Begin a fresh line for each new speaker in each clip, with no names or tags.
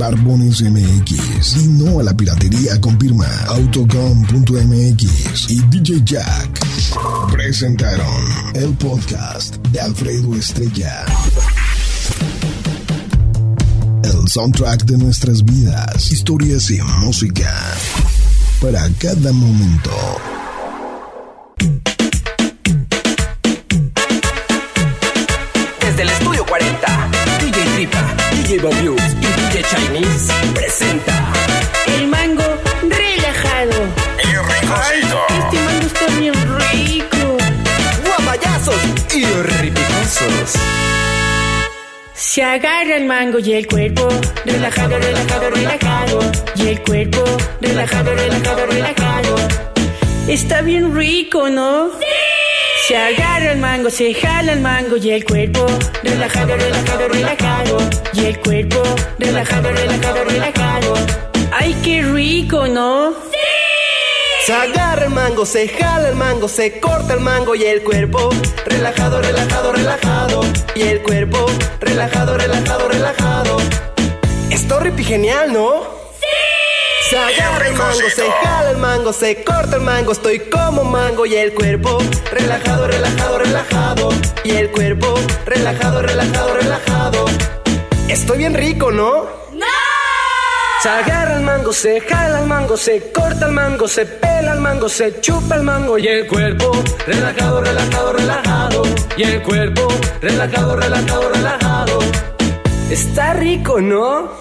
Arbones MX. Y no a la piratería con firma Autocom.mx y DJ Jack presentaron el podcast de Alfredo Estrella. El soundtrack de nuestras vidas, historias y música para cada momento.
Desde el estudio 40, DJ Tripa, DJ Babius y DJ Chinese presenta
El mango relajado. Este mango está bien rico.
Guapayazos y ripicosos.
Se agarra el mango y el cuerpo. Relajado, relajado, relajado. Y el cuerpo. Relajado, relajado, relajado. Está bien rico, ¿no? Se agarra el mango, se jala el mango y el cuerpo. Relajado, relajado, relajado. Y el cuerpo. Relajado, relajado, relajado. Ay, qué rico, ¿no?
Se agarra el mango, se jala el mango, se corta el mango y el cuerpo. Relajado, relajado, relajado. Y el cuerpo, relajado, relajado, relajado. Está genial, ¿no? Se agarra el mango, se jala el mango, se corta el mango, estoy como mango y el cuerpo. Relajado, relajado, relajado. Y el cuerpo, relajado, relajado, relajado. Estoy bien rico, ¿no? Se agarra el mango, se jala el mango, se corta el mango, se pela el mango, se chupa el mango y el cuerpo relajado, relajado, relajado. Y el cuerpo relajado, relajado, relajado. Está rico, ¿no?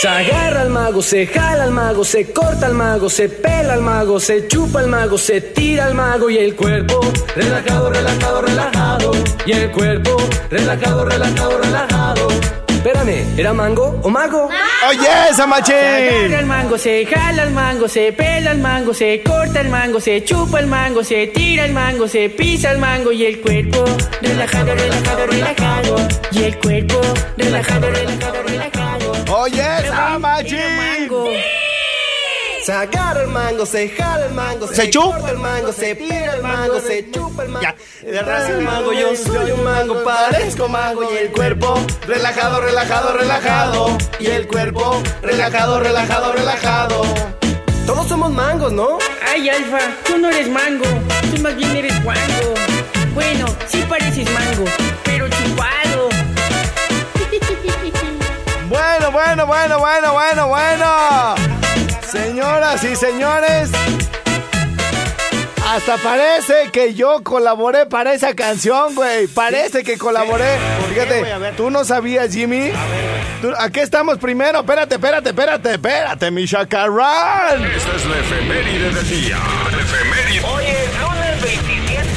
Se agarra el mago, se jala el mago, se corta el mago, se pela el mago, se chupa el mago, se tira el mago y el cuerpo relajado, relajado, relajado. Y el cuerpo relajado, relajado, relajado. Espérame, ¿era mango o mago?
Oye, Samachín.
Agarra el mango, se jala el mango, se pela el mango, se corta el mango, se chupa el mango, se tira el mango, se pisa el mango y el cuerpo relajado, relajado, relajado. Y el cuerpo relajado, relajado, relajado.
Oye,
Era
Samachín.
mango.
Se agarra el mango, se jala el mango, se,
chupa.
corta el mango, se pira el mango, se chupa el mango.
Ya.
Le arrastra el mango, yo soy un mango, parezco mango y el cuerpo relajado, relajado, relajado y el cuerpo relajado, relajado, relajado. Todos somos mangos, ¿no?
Ay, Alfa, tú no eres mango, tú más bien eres guango. Bueno, sí pareces mango, pero chupado.
Bueno, bueno, bueno, bueno, bueno, bueno. Señoras y señores. Hasta parece que yo colaboré para esa canción, güey. Parece que colaboré. Fíjate, tú no sabías, Jimmy. Tú- aquí estamos primero. Espérate, espérate, espérate, espérate, mi chacarrán.
Esta es la efeméride del día. La efeméride. Hoy es lunes 27.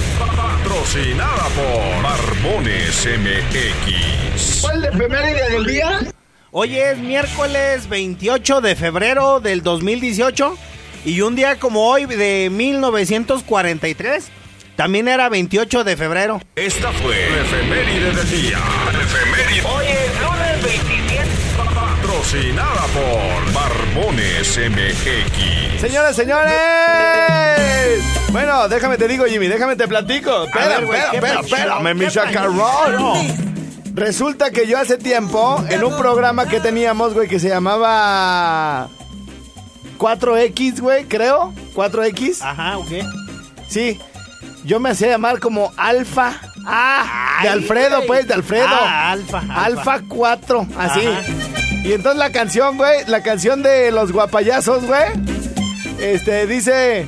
Patrocinada por Barbones MX.
¿Cuál de efeméride del día?
Hoy es miércoles 28 de febrero del 2018 y un día como hoy de 1943 también era 28 de febrero.
Esta fue la efeméride del día. La efeméride. Hoy es lunes 27. Patrocinada por Barbones MX.
Señoras, señores. Bueno, déjame te digo, Jimmy, déjame te platico. Espera,
ver, güey,
espera,
¿qué
espera,
pasó?
espérame,
¿Qué
mi
pasó?
chacarrón. Resulta que yo hace tiempo, en un programa que teníamos, güey, que se llamaba 4X, güey, creo. 4X.
Ajá, ok.
Sí. Yo me hacía llamar como Alfa. Ah, de
Ay,
Alfredo,
güey.
pues, de Alfredo.
Ah, Alfa, Alfa.
Alfa 4, así.
Ajá.
Y entonces la canción, güey, la canción de los guapayazos, güey. Este, dice.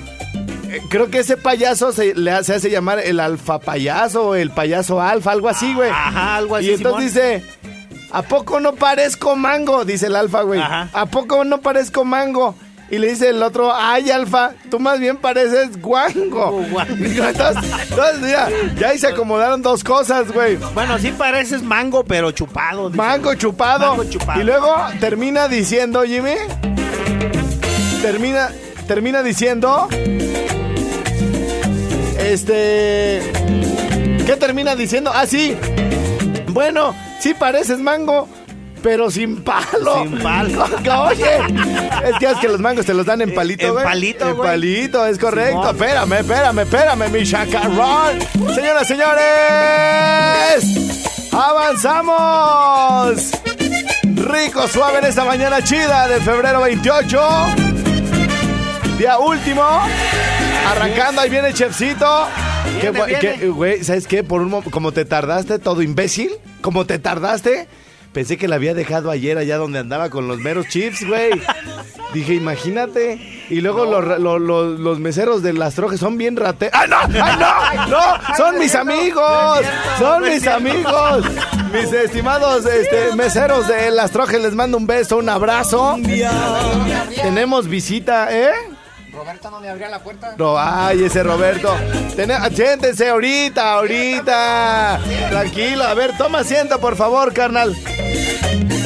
eh, Creo que ese payaso se, le ha- se hace llamar el alfa payaso o el payaso alfa, algo así, güey.
Ajá, algo así.
Y entonces
Simón.
dice, ¿a poco no parezco mango? Dice el alfa, güey.
Ajá.
¿A poco no parezco mango? Y le dice el otro, ay, alfa, tú más bien pareces guango.
Oh, guango.
Entonces, entonces, mira, ya ahí se acomodaron dos cosas, güey.
Bueno, sí pareces mango, pero chupado. dice.
Mango chupado.
Mango chupado.
Y luego termina diciendo, Jimmy. Termina, termina diciendo. Este. ¿Qué termina diciendo? Ah, sí. Bueno, sí pareces mango. Pero sin palo.
Sin palo.
Oye, es que, es que los mangos te los dan en palito,
en
güey.
palito,
En
güey.
palito, es correcto.
Simón.
Espérame, espérame, espérame, mi chacarrón. Señoras, señores, avanzamos. Rico, suave en esta mañana chida de febrero 28. Día último. Arrancando, ahí viene el Chefcito. Que,
Viene,
gua- que,
viene.
güey, ¿sabes qué? Por un mo- como te tardaste, todo imbécil, como te tardaste, pensé que la había dejado ayer allá donde andaba con los meros chips, güey. Dije, imagínate. Y luego los, ra- lo- lo- los meseros de las trojes son bien rate. ¡Ah, no! ¡Ah, no! ¡No! ¡Son mis amigos! ¡Son mis amigos! Mis estimados este, meseros de las trojes, les mando un beso, un abrazo. Tenemos visita, ¿eh? No, ay, ese Roberto. Tené- siéntense ahorita, ahorita. Tranquilo, a ver, toma asiento, por favor, carnal.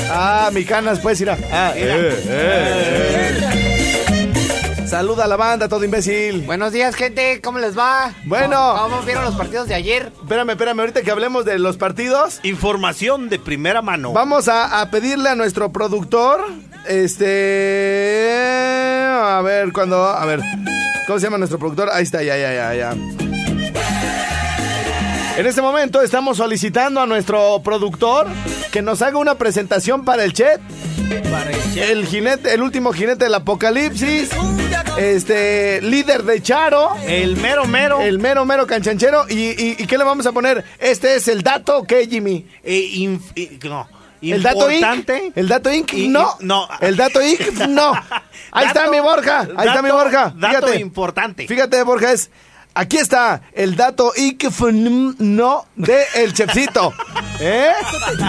Ah, mi canas, pues ir Ah, eh, eh, eh. Saluda a la banda, todo imbécil.
Buenos días, gente. ¿Cómo les va?
Bueno.
¿Cómo, cómo vieron los partidos de ayer?
Espérame, espérame, ahorita que hablemos de los partidos,
Información de primera mano.
vamos a, a pedirle a nuestro productor, este... A ver, cuando... A ver, ¿cómo se llama nuestro productor? Ahí está, ya, ya, ya, ya. En este momento estamos solicitando a nuestro productor que nos haga una presentación para el chat. El jinete, el último jinete del apocalipsis. Este líder de Charo.
El mero mero.
El mero mero canchanchero. ¿Y, y, y qué le vamos a poner? Este es el dato que Jimmy.
eh, inf- eh, no,
El dato Inc.
importante.
El dato Inc.
Y-
No.
y- no.
El dato Inc. No. Ahí está
Dato-
mi Borja. Ahí está
dato-
mi Borja.
dato
Fíjate.
importante.
Fíjate, Borja, es. Aquí está el dato Inc. No de el chefcito. ¿Eh?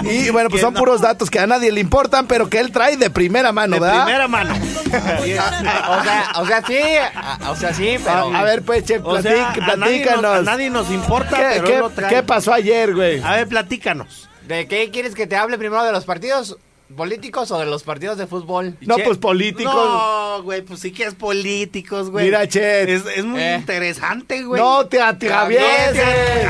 Y bueno, pues
Que
son
no.
puros datos que a nadie le importan, pero que él trae de primera mano,
de
¿verdad?
primera mano.
O sea, o sea, sí. a- O sea, sí, pero.
A, a ver, pues, chef,
O sea,
platic-
a, nadie nos, a
platícanos.
nadie nos importa,
¿Qué,
pero
qué-
él lo trae.
qué pasó ayer, güey?
A ver, platícanos.
¿De qué quieres que te hable primero? ¿De los partidos políticos o de los partidos de fútbol?
No,
Che-
pues políticos.
No, güey, pues sí que es políticos, güey.
Mira, Che.
Es, es muy
Eh.
interesante, güey. Ah,
No eh. te atravieses.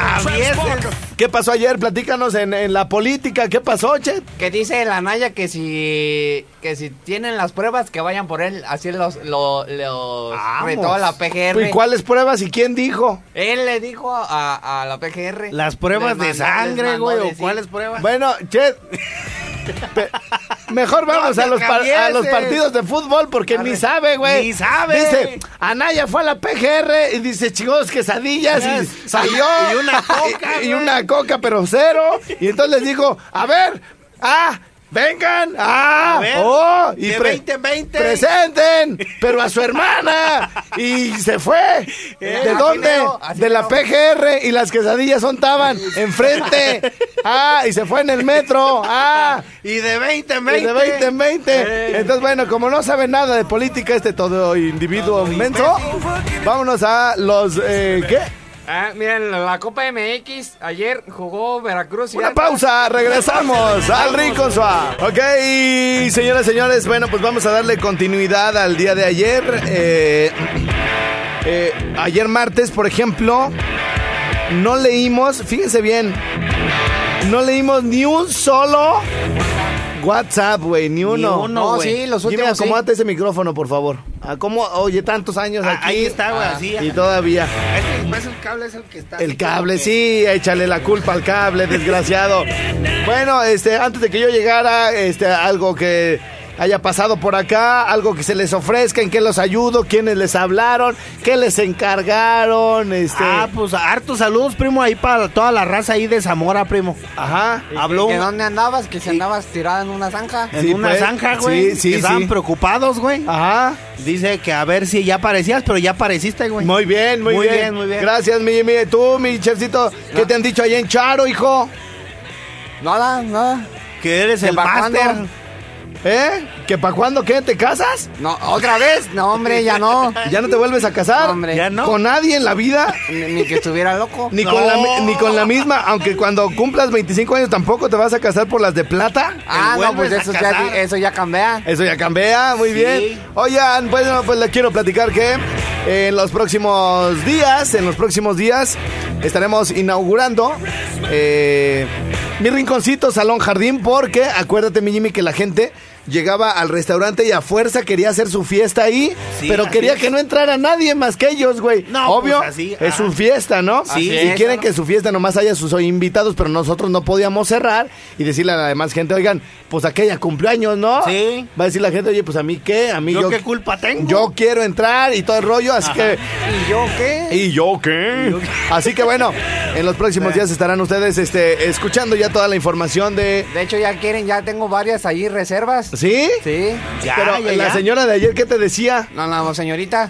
Avieses.
¿Qué pasó ayer? Platícanos en, en la política. ¿Qué pasó, Chet?
Que dice la Naya que si. Que si tienen las pruebas, que vayan por él. Así los. Los. los
Vamos.
retó la PGR.
¿Y
Pues,
cuáles pruebas y quién dijo?
Él le dijo a, a la PGR.
Las pruebas
Les
de
mandó- les
sangre,
mandó
güey, o
decir-
cuáles pruebas.
Bueno, Chet. pe- Mejor vamos
No
a,
te
los par- a los
atravieses.
partidos de fútbol porque ni
Arre,
sabe, güey.
ni sabe.
Dice, Anaya fue a la PGR y dice, chicos, quesadillas y
Yes.
salió.
Y una coca,
Y, y
güey.
una coca, pero cero. Y entonces les dijo, a ver, ah, vengan, ah,
A ver,
oh. Y
de
pre-
20 en 20.
Presenten, pero a su hermana. Y se fue.
Eh,
¿De
así
dónde?
mero, así
de la
mero.
PGR y las quesadillas son taban enfrente. Ah, y se fue en el metro. Ah,
Y de 20 en 20.
y de 20 en
Eh.
20. Entonces, bueno, como no sabe nada de política este todo individuo menso, vámonos a los... eh, ¿Qué?
Ah, miren, la, la Copa MX ayer jugó Veracruz y
Una
Atlas.
pausa, regresamos al Rincón Suave. Ok, señoras, señores, bueno, pues vamos a darle continuidad al día de ayer. Eh, eh, ayer martes, por ejemplo, no leímos, fíjense bien, no leímos ni un solo WhatsApp, güey, ni uno.
uno, No, güey.
sí, los
Jimmy,
últimos sí.
acomódate ese micrófono, por favor. Ah, ¿Cómo? Oye, tantos años
Ah,
pues, aquí.
ahí está, güey, así.
Y todavía.
Es que después el cable es el que está.
El cable, sí, échale la culpa al cable, desgraciado. Bueno, este, antes de que yo llegara, este, algo que haya pasado por acá, algo que se les ofrezca, en qué los ayudo, quiénes les hablaron, qué les encargaron, este.
Ah, pues hartos saludos, primo, ahí para toda la raza ahí de Zamora, primo.
ajá.
Habló
¿Que
un-
dónde andabas? Que si andabas tirada en una zanja.
en
Sí,
una
pues.
zanja, güey.
Sí, sí,
que estaban
sí.
preocupados, güey.
Ajá.
Dice que a ver si ya aparecías, pero ya apareciste, güey.
Muy bien, muy,
Muy
bien.
bien, muy bien.
Gracias, mi Jimmy. Tú, mi chefcito, ¿qué te han dicho allá en Charo, hijo?
Nada, nada.
Que eres
¿Que
el
pa'
máster.
cuándo?
¿Eh? ¿Que para cuándo qué? ¿Te casas?
No, ¿otra vez? No, hombre, ya no.
¿Ya no te vuelves a casar?
Hombre.
Ya no.
¿Con nadie en la vida?
Ni, ni que estuviera loco.
Ni, con
No.
la, mi- ni con la misma, aunque cuando cumplas 25 años tampoco te vas a casar por las de plata.
ah,
Te
no, pues
vuelves a
eso ya,
casar.
eso ya cambia.
Eso ya cambia, muy
Sí.
bien. Oigan, bueno, pues les quiero platicar que en los próximos días, en los próximos días, estaremos inaugurando eh, mi rinconcito Salón Jardín, porque acuérdate, mi Jimmy, que la gente llegaba al restaurante y a fuerza quería hacer su fiesta ahí,
Sí,
pero
así
quería
es.
que no entrara nadie más que ellos, güey.
No,
Obvio,
pues así,
es
ajá.
su fiesta, ¿no?
Sí.
y
Así es,
quieren
claro.
que su fiesta nomás haya sus invitados, pero nosotros no podíamos cerrar y decirle a la demás gente, oigan, pues aquella cumpleaños, ¿no?
Sí.
Va a decir la gente, oye, pues a mí qué, a mí
¿Yo
yo...
qué culpa tengo?
Yo quiero entrar y todo el rollo, así que
¿Y yo qué?
¿Y yo qué? Así que bueno, en los próximos días estarán ustedes este, escuchando ya toda la información de...
De hecho, ya quieren, ya tengo varias ahí reservas.
¿Sí?
Sí.
Ya,
Pero
Ah, ya,
la
ya.
señora de ayer, ¿qué te decía?
No, no, señorita.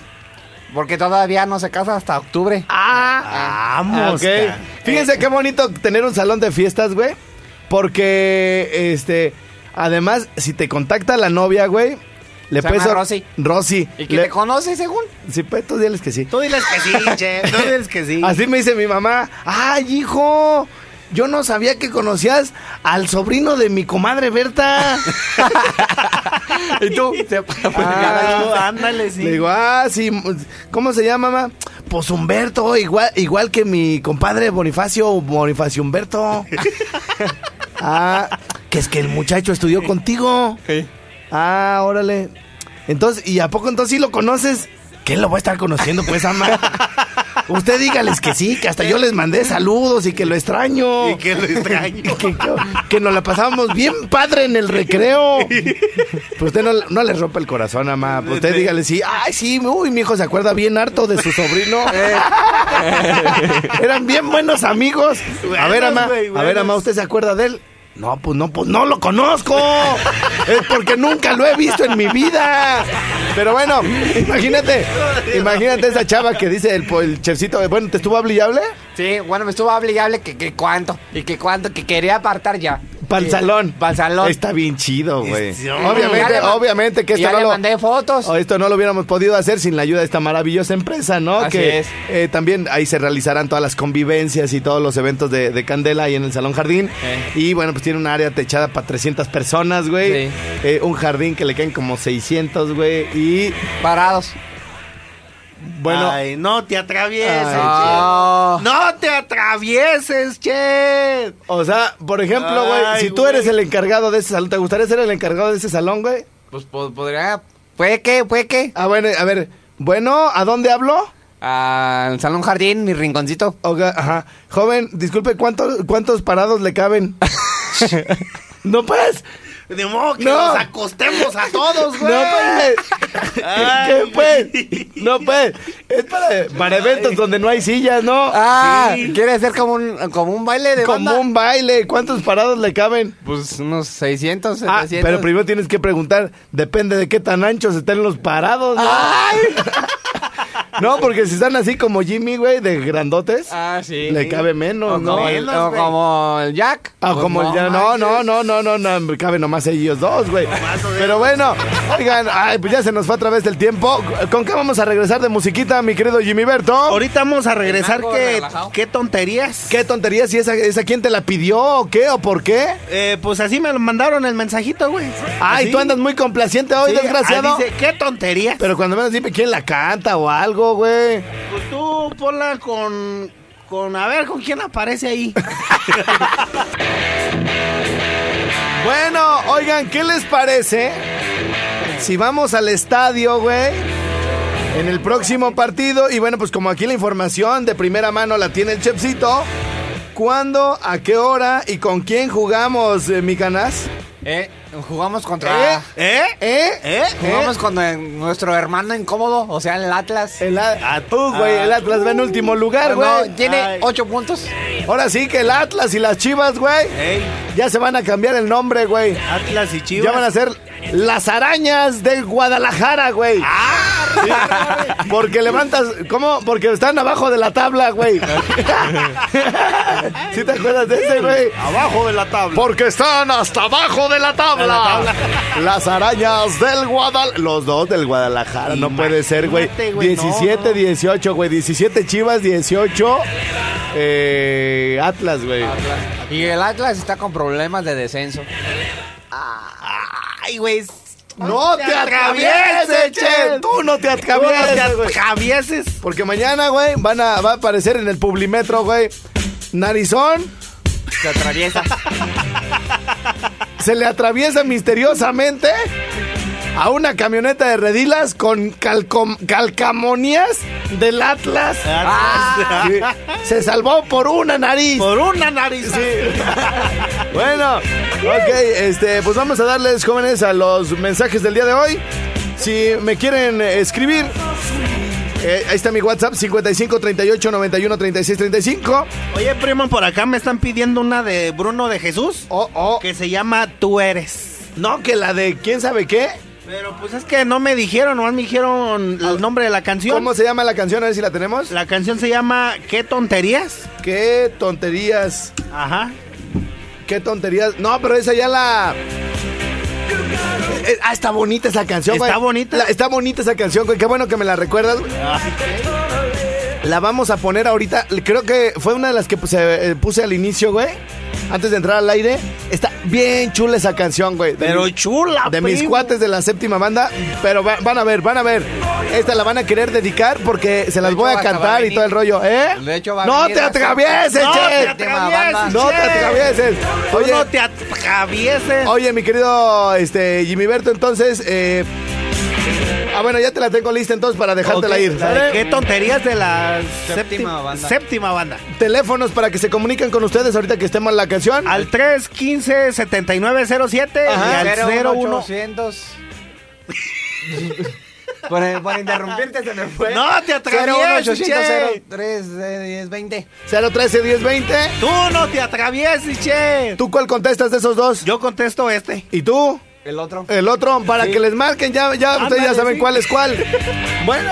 Porque todavía no se casa hasta octubre.
Ah, ok.
vamos, ca-
Fíjense qué bonito tener un salón de fiestas, güey. Porque, este, además, si te contacta la novia, güey, le
Se
puedes...
llama
or-
Rosy.
Rosy.
¿Y que
Le-
te conoce, según?
Sí, pues, tú diles que sí.
Tú diles que sí, che. Tú diles que sí.
Así me dice mi mamá, ay hijo, yo no sabía que conocías al sobrino de mi comadre Berta.
¿Y tú?
Ah,
Tú, ándale, sí.
Le digo, ah, sí, ¿cómo se llama, mamá? Pues Humberto, igual, igual que mi compadre Bonifacio, Bonifacio Humberto. ah, que es que el muchacho estudió contigo. Ah, órale. Entonces, ¿y a poco entonces sí lo conoces? ¿Qué lo voy a estar conociendo, pues, ama? Usted dígales que sí, que hasta yo les mandé saludos y que lo extraño.
Y que lo extraño.
Que, que- que nos la pasábamos bien padre en el recreo. Pues usted no, no le rompa el corazón, mamá. Usted dígale, sí, ay, sí, uy, mi hijo se acuerda bien harto de su sobrino.
Eh.
Eran bien buenos amigos. a ver,
Buenos,
mamá,
güey,
a ver,
buenos.
mamá, ¿usted se acuerda de él? No, pues no, pues no lo conozco. Es porque nunca lo he visto en mi vida. Pero bueno, imagínate, imagínate esa chava que dice el, po- el chefcito, bueno, ¿te estuvo hable y hable?
Sí, bueno, me estuvo hable y hable que, que cuánto, y que cuánto, que quería apartar ya.
Pa'l
Sí,
salón.
Pa'l salón.
Está bien chido, güey.
Sí,
Ya
Obviamente,
le man-
obviamente que
y
esto
ya
no
le
lo...
mandé fotos.
o Esto no lo hubiéramos podido hacer sin la ayuda de esta maravillosa empresa, ¿no?
Así
que
es.
eh, también ahí se realizarán todas las convivencias y todos los eventos de, de Candela ahí en el Salón Jardín.
Eh.
Y bueno, pues tiene un área techada para 300 personas, güey.
Sí.
Eh, un jardín que le caen como 600, güey. Y
Parados.
bueno,
Ay, no te atravieses,
Ay,
No.
che. No te atravieses, che.
o sea, por ejemplo, güey,
Ay,
si tú
güey.
eres el encargado de ese salón, ¿te gustaría ser el encargado de ese salón, güey?
Pues po- podría. ¿Puede que? ¿Puede que?
Ah, bueno, a ver. Bueno, ¿a dónde hablo?
Al salón jardín, mi rinconcito.
Oiga, ajá. Joven, disculpe, ¿cuántos, ¿cuántos parados le caben? no, pues.
De modo que
No.
nos acostemos a todos,
No,
güey.
pues.
Ay.
¿Qué, pues? No, pues. Es para, para eventos donde no hay sillas, ¿no?
Ah, ¿quiere hacer como un, como un baile de
Como
banda?
un baile. ¿Cuántos parados le caben?
Pues unos 600,
Ah,
700.
pero primero tienes que preguntar, depende de qué tan anchos estén los parados, ¿no?
Ah.
No, porque si están así como Jimmy, güey, de grandotes,
Ah, sí.
le cabe menos,
O
¿no?
como el- o como el Jack. Pues,
Ah, como el ya. No, no, no, no, no, no, me Cabe nomás ellos dos, güey. Pero bueno, oigan, ay, pues ya se nos fue otra vez el tiempo. ¿Con qué vamos a regresar de musiquita, mi querido Jimmy Berto?
Ahorita vamos a regresar.
Mango
¿Qué,
relajado.
qué tonterías?
¿Qué tontería? ¿Si esa, esa quién te la pidió o qué o por qué?
Eh, pues así me lo mandaron el mensajito, güey.
Ay,
Así.
tú andas muy complaciente hoy,
¿Ah, Sí,
desgraciado.
ah, dice, qué tontería.
Pero cuando menos dime quién la canta o algo, güey.
Pues tú ponla con. Con, a ver, ¿con quién aparece ahí?
Bueno, oigan, ¿qué les parece? Si vamos al estadio, güey. En el próximo partido. Y bueno, pues como aquí la información de primera mano la tiene el Chepsito. ¿Cuándo, a qué hora y con quién jugamos, eh, mi canas?
Eh, jugamos contra.
Eh,
¿Eh?
¿Eh?
¿Eh?
Ah. Jugamos contra nuestro hermano incómodo, o sea, el Atlas.
El, A-
Ah,
Uh, güey, el Atlas va en último lugar, güey.
No, tiene
Ay.
ocho puntos.
Ahora sí que el Atlas y las Chivas, güey.
Ey,
Ya se van a cambiar el nombre, güey.
Atlas y Chivas.
Ya van a ser las arañas del Guadalajara, güey. Sí, Porque levantas, ¿cómo? Porque están abajo de la tabla, güey. ¿Sí te acuerdas de ese, güey?
Abajo de la tabla.
Porque están hasta abajo de la tabla. Las arañas del Guadalajara. Los dos del Guadalajara. No puede ser, güey.
Imagínate, güey,
17,
no, no.
18, güey. 17 Chivas, 18 eh, Atlas, güey.
Y el Atlas está con problemas de descenso.
Ay, güey.
No te atravieses, che. Tú no te
Tú no te
atravieses, güey.
atravieses.
Porque mañana, güey, van a, va a aparecer en el Publimetro, güey. Narizón,
Se atraviesa.
se le atraviesa misteriosamente a una camioneta de redilas con calcom- calcamonías del Atlas.
Ah,
Sí. Se salvó por una nariz.
Por una nariz.
Bueno, ok, este, pues vamos a darles, jóvenes, a los mensajes del día de hoy. Si me quieren eh, escribir, eh, ahí está mi WhatsApp, 55 38 91 36 35.
Oye, primo, por acá me están pidiendo una de Bruno de Jesús.
Oh, oh.
Que se llama Tú eres.
No, que la de quién sabe qué.
Pero pues es que no me dijeron, nomás me dijeron el nombre de la canción.
Ah, ¿Cómo se llama la canción? A ver si la tenemos.
La canción se llama ¿Qué tonterías?
Qué tonterías,
Ajá.
qué tonterías. No, pero esa ya la... Eh, Ah, está bonita esa canción, güey.
¿Está bonita?
La- está bonita esa canción, güey. Qué bueno que me la recuerdas, güey.
Ah.
La vamos a poner ahorita. Creo que fue una de las que puse, eh, puse al inicio, güey. Antes de entrar al aire. Está bien chula esa canción, güey. De
Pero
mi-
chula,
De mis
primo.
cuates de la séptima banda. Pero va- van a ver, van a ver. Esta la van a querer dedicar porque se las
De
voy
hecho,
a
hasta va a
cantar y
venir.
todo el rollo, ¿eh?
De hecho, va a
¡No
venir
te
la-
atravieses,
¡No te
che!
Tema, banda.
atravieses!
¡No te atravieses!
Tú
Oye,
no te atravieses!
Oye, mi querido este, Jimmy Berto, entonces. eh, Ah, bueno, ya te la tengo lista entonces para dejártela
Ok,
ir.
la de
¿sale?
¿Qué tonterías de la
Séptima
séptima banda?
banda.
Séptima banda.
Teléfonos para que se comuniquen con ustedes ahorita que estemos en la canción.
Al 315-7907
Ajá.
y al 01.
01800. por, por interrumpirte se me fue.
¡No te atravieses, che!
eh, 01800-03-1020.
013 1020.
¡Tú no te atravieses, che!
¿Tú cuál contestas de esos dos?
Yo contesto este.
¿Y tú?
El otro.
El otro, para que les marquen, ya, ya ustedes ya
Ándale,
saben
sí.
cuál es cuál. bueno,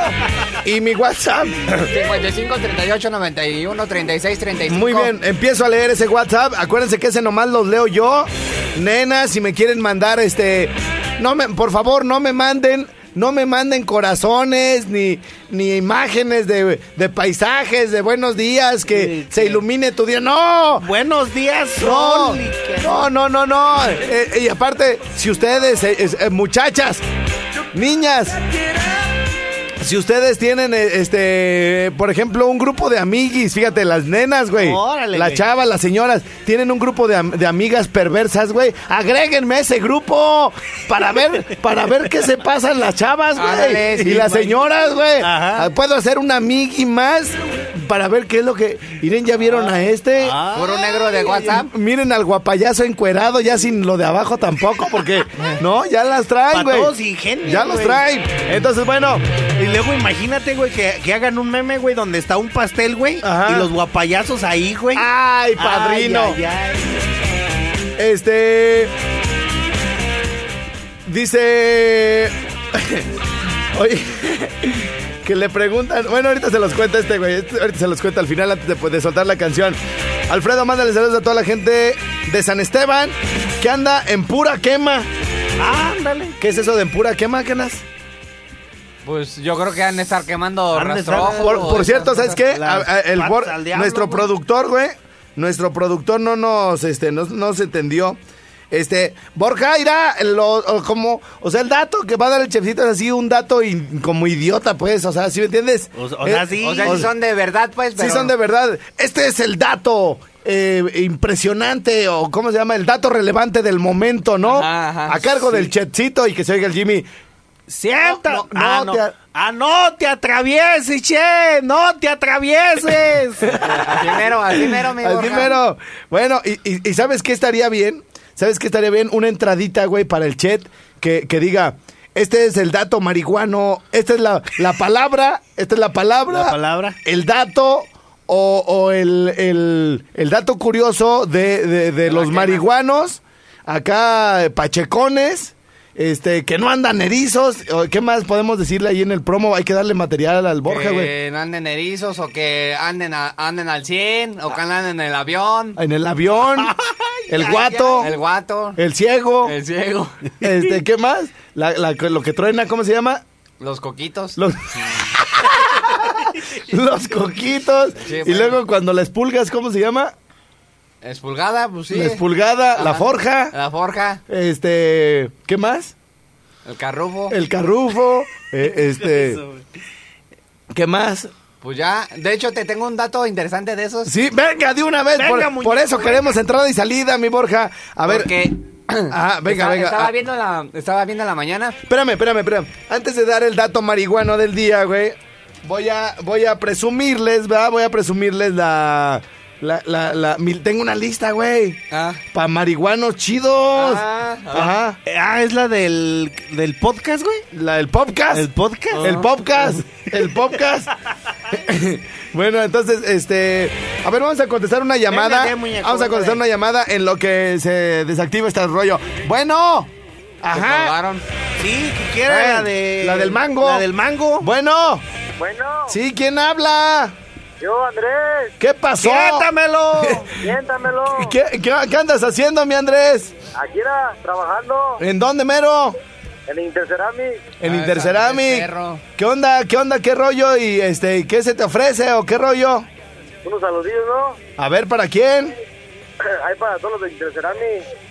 y mi WhatsApp.
55 38 91 36 35.
Muy bien, empiezo a leer ese WhatsApp. Acuérdense que ese nomás los leo yo. Nena, si me quieren mandar este. No me, por favor, no me manden. No me manden corazones ni, ni imágenes de, de paisajes, de buenos días, que
Sí,
se
sí.
ilumine tu día. ¡No!
Buenos días,
No,
Sol. y que-
no, no, no, no. Eh, eh, y aparte, si ustedes, eh, es- eh, muchachas, niñas, si ustedes tienen, eh, este, por ejemplo, un grupo de amiguis, fíjate, las nenas, güey,
Órale,
las
güey.
chavas, las señoras, tienen un grupo de, am- de amigas perversas, güey, agréguenme a ese grupo para ver, para ver qué se pasan las chavas, güey,
Ándale, sí,
y las
güey.
señoras, güey.
Ajá.
Ah, Puedo hacer una amigui más para ver qué es lo que, Irene, ya vieron a este.
Por un negro de WhatsApp.
Miren al guapayazo encuerado, ya sin lo de abajo tampoco, porque no, ya las traen,
Pa'
güey.
todos ingenios,
Ya los
güey.
traen. Entonces, bueno,
Y luego imagínate, güey, que, que hagan un meme, güey, donde está un pastel, güey.
Ajá.
Y los guapayazos ahí, güey.
ay, padrino.
Ay, ay, ay.
Este. Dice. Oye. Que le preguntan. Bueno, ahorita se los cuenta este, güey. Este- Ahorita se los cuenta al final antes de, pues, de soltar la canción. Alfredo, mándale saludos a toda la gente de San Esteban que anda en pura quema.
Ándale.
¿Qué es eso de en pura quema, Canas?
Pues yo creo que han de estar quemando
Han de estar-
rastrojos.
Por, por cierto, ¿sabes qué?
Las
A- a- el
patas
bor-
al diablo,
nuestro
güey.
productor, güey. Nuestro productor no nos, este, no, no se entendió. Este, Borja, irá, lo, o como, o sea, el dato que va a dar el chefcito es así un dato in- como idiota, pues, o sea, ¿sí me entiendes?
O- o sea,
Eh,
sí.
O sea, si son de verdad, pues.
sí
pero-
son de verdad. Este es el dato eh, impresionante, o ¿cómo se llama? El dato relevante del momento, ¿no?
Ajá, ajá,
a cargo del chefcito y que se oiga el Jimmy.
Sienta.
No, no,
ah,
no
no.
te a-
Ah, no te atravieses, che. No te atravieses.
Así mero, así mero, mi
Así
Borja.
mero. Bueno, y, y- y ¿sabes qué estaría bien? ¿Sabes qué estaría bien? Una entradita, güey, para el chat que, que diga, este es el dato marihuano, esta es la, la palabra, esta es la palabra.
La palabra.
El dato o, o el, el- el dato curioso de, de- de los marihuanos, acá eh, pachecones. Este, que no andan erizos. o ¿Qué más podemos decirle ahí en el promo? Hay que darle material al
Eh.
Borja, güey.
Que no anden erizos o que anden, a- anden al 100 o que anden en el avión.
En el avión, el guato,
El guato.
el ciego.
El ciego.
Este, ¿qué más? La- la- lo que truena, ¿cómo se llama?
Los coquitos.
Los, Los coquitos.
Sí,
Y
bueno.
luego cuando la expulgas, ¿cómo se llama?
Espulgada, pues sí.
La expulgada, la
Ajá. Ah.
forja.
La forja.
Este, ¿qué más?
El carrufo.
El carrufo. eh, este, ¿qué más?
Pues ya. De hecho, te tengo un dato interesante de esos.
Sí, venga de una vez.
Venga,
por, por
muñeco,
eso queremos entrada y salida, mi Borja. A ver,
Porque
Ah, venga,
Estaba-
venga.
Estaba
ah.
viendo la, estaba viendo la mañana.
Espérame, espérame, espérame. Antes de dar el dato marihuano del día, güey, voy a, voy a presumirles, ¿verdad? Voy a presumirles la. la, la, la- mi- tengo una lista, güey.
Ah.
Pa' marihuanos chidos.
Ah, a ver.
Ajá.
Eh, Ah, es la del, del podcast, güey.
La del podcast.
¿El podcast? Ah.
El podcast. El podcast. bueno, entonces, este. A ver, vamos a contestar una llamada.
Véngate, muñeco,
vamos a contestar
véngate.
una llamada en lo que se desactiva este rollo. Bueno. Ajá.
Colgaron.
Sí, que quiera
Eh,
la de...
la del mango.
La del mango.
Bueno.
Bueno,
Sí, ¿quién habla?
yo Andrés,
¿Qué pasó?
¡Siéntamelo!
siéntamelo.
¿Qué, qué, qué andas haciendo, mi Andrés?
Aquí era trabajando
¿En dónde, mero?
en Intercerami.
En
Ah,
Intercerami.
esa- perro.
¿Qué onda? ¿Qué onda? ¿Qué rollo? ¿Y este, qué se te ofrece o qué rollo?
Unos saludillos, ¿no?
A ver, ¿para quién?
Ahí para todos los de Intercerami.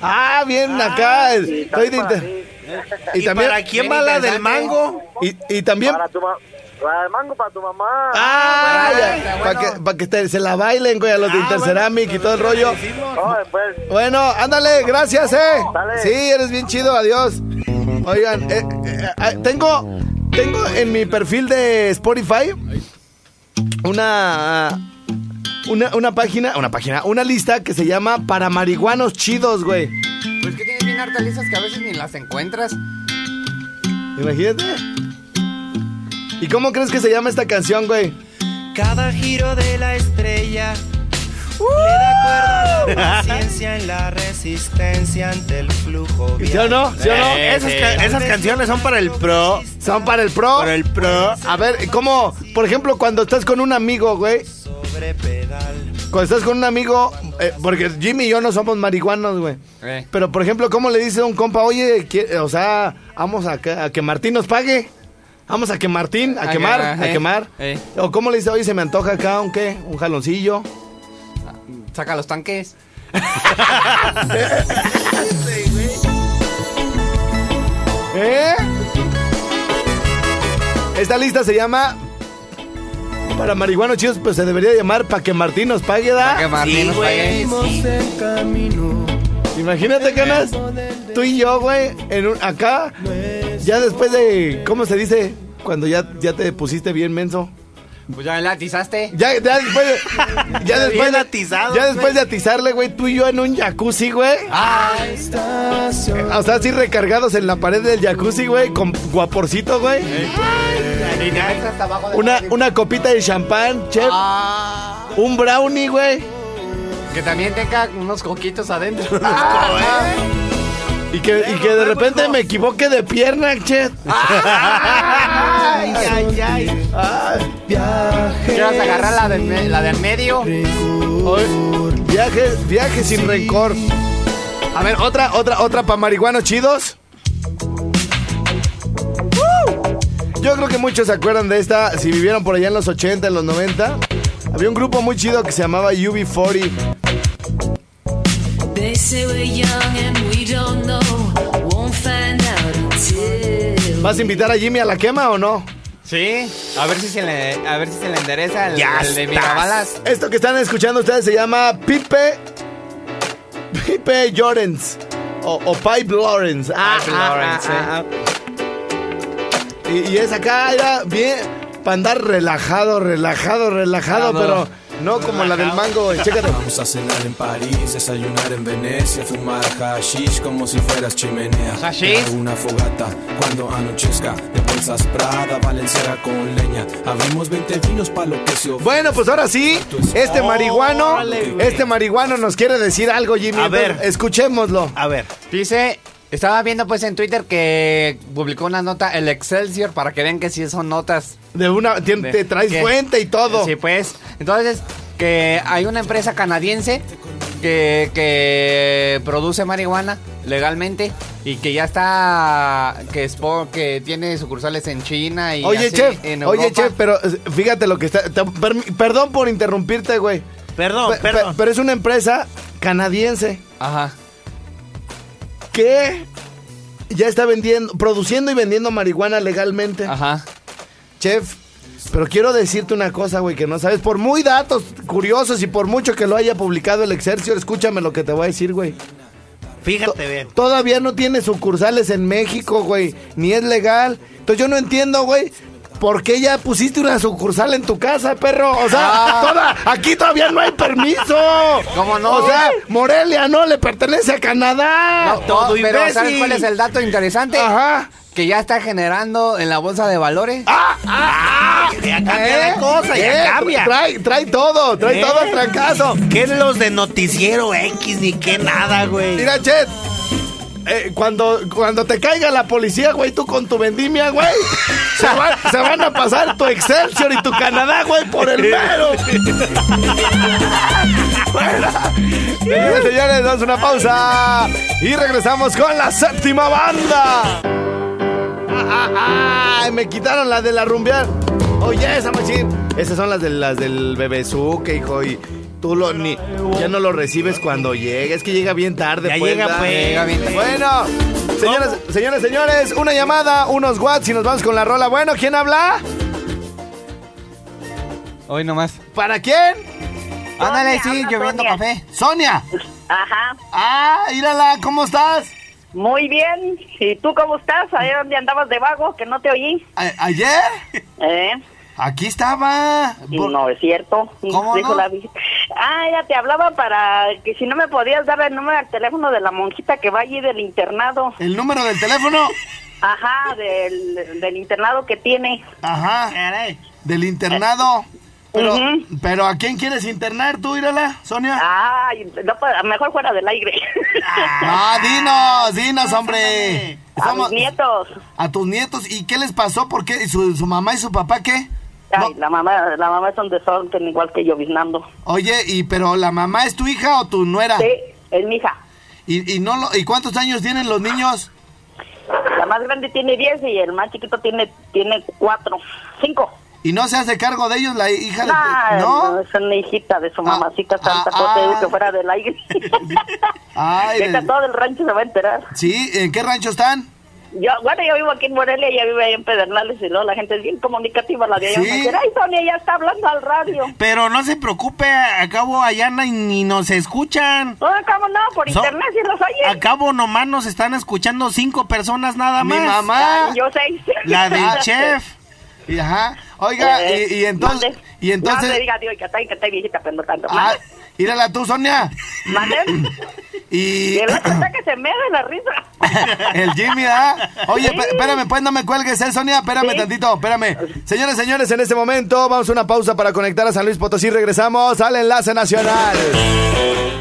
Ah, bien, acá.
Y
Estoy de
también para,
Inter-
ti.
y
¿Y
también-
para quién
Bien
va la del
interesante.
mango?
Y, y también...
para tu mamá. Para el mango, para tu mamá.
Ah,
bueno,
ya,
está
para
bueno.
que, para que te- se la bailen, güey, a los de
Ah,
Interceramic
bueno,
y todo el rollo. Oh,
No, después.
Bueno, ándale, gracias, eh.
Dale.
Sí, eres bien chido, adiós. Oigan, eh, eh, ah, tengo, tengo en mi perfil de Spotify una, una, una página, una página, una lista que se llama Para Marihuanos Chidos, güey.
Pues que tienes bien hartas listas que a veces ni las encuentras.
Imagínate. ¿Y cómo crees que se llama esta canción, güey?
Cada giro de la estrella
¡Uh!
le da cuerda a la paciencia en la resistencia ante el flujo.
¿Sí o no? ¿Sí o no?
Eh, Esas, ca- esas canciones son para el pro.
Eh, Son para el pro.
Para el pro.
A ver, ¿cómo? Por ejemplo, cuando estás con un amigo, güey.
Sobre pedal.
Cuando estás con un amigo, eh, porque Jimmy y yo no somos marihuanos, güey.
Eh.
Pero, por ejemplo, ¿cómo le dice a un compa, oye, qui- o sea, vamos a, que- a que Martín nos pague? Vamos a que Martín, a,
A
quemar,
que-
a
eh,
quemar.
eh.
O cómo le dice, oye, se me antoja acá un qué, un jaloncillo.
Saca los tanques.
¿Eh? Esta lista se llama... Para marihuanos chidos, pues se debería llamar para que Martín nos pague, ¿da?
Que Martín nos pague.
Imagínate, ganas. Tú y yo, güey, en un- acá, ya después de, ¿cómo se dice? Cuando ya, ya te pusiste bien menso.
Pues ya me la atizaste.
Ya, ya después de, ya después
Bien
de,
atizado,
ya después de atizarle, güey, tú y yo en un jacuzzi, güey.
Ah.
O sea, así recargados en la pared del jacuzzi, güey, con guaporcito, güey.
Esta hasta abajo de
Una,
Martín.
una copita de champán, chef.
Ah,
Un brownie, güey.
que también tenga unos coquitos adentro.
Y que, y que de repente
pues,
me equivoque de pierna, chef.
Ay, ay, ay.
Quieras agarrar la de, me- la de en medio.
Hoy, viaje, viaje sin rencor. A ver, otra, otra, otra para marihuanos chidos. ¡Uh! Yo creo que muchos se acuerdan de esta, si vivieron por allá en los 80, en los 90. Había un grupo muy chido que se llamaba UB40.
They say we're young and we don't know. Won't find out until.
¿Vas a invitar a Jimmy a la quema o no?
Sí. A ver si se le, a ver si se le endereza el,
Ya
el de
estás.
Mirabalas.
Esto que están escuchando ustedes se llama Pipe. Pipe Llorens. O, o Pipe Lawrence. Ah,
Pipe
ah,
Lawrence,
ah, ah. Y, y es acá, era bien. Para andar relajado, relajado, relajado,
Relajado.
pero no como la del mango, güey. Chécate.
Vamos a cenar en París, desayunar en Venecia, fumar hashish como si fueras chimenea.
Hashish.
Hago Una fogata cuando anochezca, de bolsas Prada, Valenciaga con leña. Abrimos 20 vinos para lo que se ofrece.
Bueno, pues ahora sí, este marihuano, este marihuano nos quiere decir algo, Jimmy.
A
Entonces,
ver.
escuchémoslo.
A ver.
Dice, estaba viendo pues en Twitter que publicó una nota el Excelsior para que vean que sí son notas.
De una, te,
de-
te traes
que-
fuente y todo.
Sí, pues. Entonces, que hay una empresa canadiense que, que produce marihuana legalmente y que ya está, que, es por- que tiene sucursales en China y
Oye,
así,
chef,
en
oye,
Europa.
chef, pero eh, fíjate lo que está. te- per- perdón por interrumpirte, güey.
Perdón,
Pe- pe-
perdón.
pero es una empresa canadiense
Ajá.
que ya está vendiendo, produciendo y vendiendo marihuana legalmente.
Ajá.
Chef, pero quiero decirte una cosa, güey, que no sabes. Por muy datos curiosos y por mucho que lo haya publicado el Excelsior, escúchame lo que te voy a decir, güey.
Fíjate bien.
Todavía no tiene sucursales en México, güey. Ni es legal. Entonces yo no entiendo, güey. ¿Por qué ya pusiste una sucursal en tu casa, perro? O sea,
Ah.
toda- aquí todavía no hay permiso.
¿Cómo no?
O sea, Morelia no le pertenece a Canadá.
No, no, pero ¿sabes cuál es el dato interesante? Ajá. Que ya está generando en la bolsa de valores.
Ah, Ya cambia la cosa, ya cambia.
Eh, Trae, trae todo, trae
¿Eh?
todo el trancazo.
¿Qué es los de noticiero X ni qué nada, güey?
Mira, Chet. eh, cuando, cuando te caiga la policía, güey, tú con tu vendimia, güey, se, van- se van a pasar tu Excelsior y tu Canadá, güey, por el mero. Bueno, señores, señores, damos una pausa y regresamos con la séptima banda. Ay, me quitaron la de la rumbear. Oye, esa machín. Esas son las de las del bebezuque, hijo. Y tú lo ni, ya no lo recibes cuando llega. Es que llega bien tarde.
Ya llega,
¿verdad?
pues.
Llega bien tarde.
Bueno, señoras, señores, señores, una llamada, unos watts y nos vamos con la rola. Bueno, ¿quién habla?
Hoy nomás.
¿Para quién?
Ándale, sí, lloviendo café.
Sonia.
Ajá.
Ah, írala, ¿cómo estás?
Muy bien. ¿Y tú cómo estás? Ayer dónde andabas de vago, que no te oí.
A- ¿Ayer?
¿Eh?
Aquí estaba.
Y
Por-
no, es cierto.
¿Cómo
Dijo
no?
la Virgen. Ah, ya te hablaba para que si no me podías dar el número al teléfono de la monjita que va allí del internado.
¿El número del teléfono?
Ajá, del, del internado que tiene.
Ajá, del internado. Pero,
Ujú.
pero ¿a quién quieres internar tú, írala, Sonia?
Ay, no, pa- mejor fuera del aire.
Ah, dinos, dinos, hombre.
A mis
Somos-
nietos.
a tus nietos. ¿Y qué les pasó? ¿Por qué? ¿Y su, su mamá y su papá qué?
Ay, la mamá, la mamá es un desorden igual que yo, Viznando.
Oye, ¿y pero la mamá es tu hija o tu nuera?
Sí, es mi hija.
¿Y, y no lo- ¿Y cuántos años tienen los niños?
La más grande tiene 10 y el más chiquito tiene tiene 4, 5.
¿Y no se hace cargo de ellos la hija? de tu-
Ah, No,
¿No?
es una hijita de su mamacita santa,
ah, ah.
porque digo que fuera del aire.
Ay,
Ahorita
de-
todo el rancho se va a enterar.
¿Sí? ¿En qué rancho están?
Yo, bueno, yo vivo aquí en Morelia, ella vive ahí en Pedernales y luego la gente es bien comunicativa, la de allá.
¿Sí?
van a decir, Ay, Sonia, ya está hablando al radio.
Pero no se preocupe, acabo allá ni- ni nos escuchan.
No, "Oh, ¿cómo no? Por
So-
internet sí los oye.
Acabo nomás nos están escuchando cinco personas nada
Mi
más.
mamá.
Ay, Ah, yo seis.
La del
E
chef.
Y, ajá. Oiga,
Eh,
y, y entonces...
mande.
Y entonces...
No te diga, digo, que está, que está viejita, pero no tanto.
Ah, írala tú, Sonia.
Mande.
Y
Y el otro está que se me de la risa.
el Jimmy, ¿ah? Oye, pe- espérame, pues no me cuelgues, ¿eh, Sonia? Espérame
Sí.
tantito, espérame. Señores, señores, en este momento vamos a una pausa para conectar a San Luis Potosí. Regresamos al enlace nacional.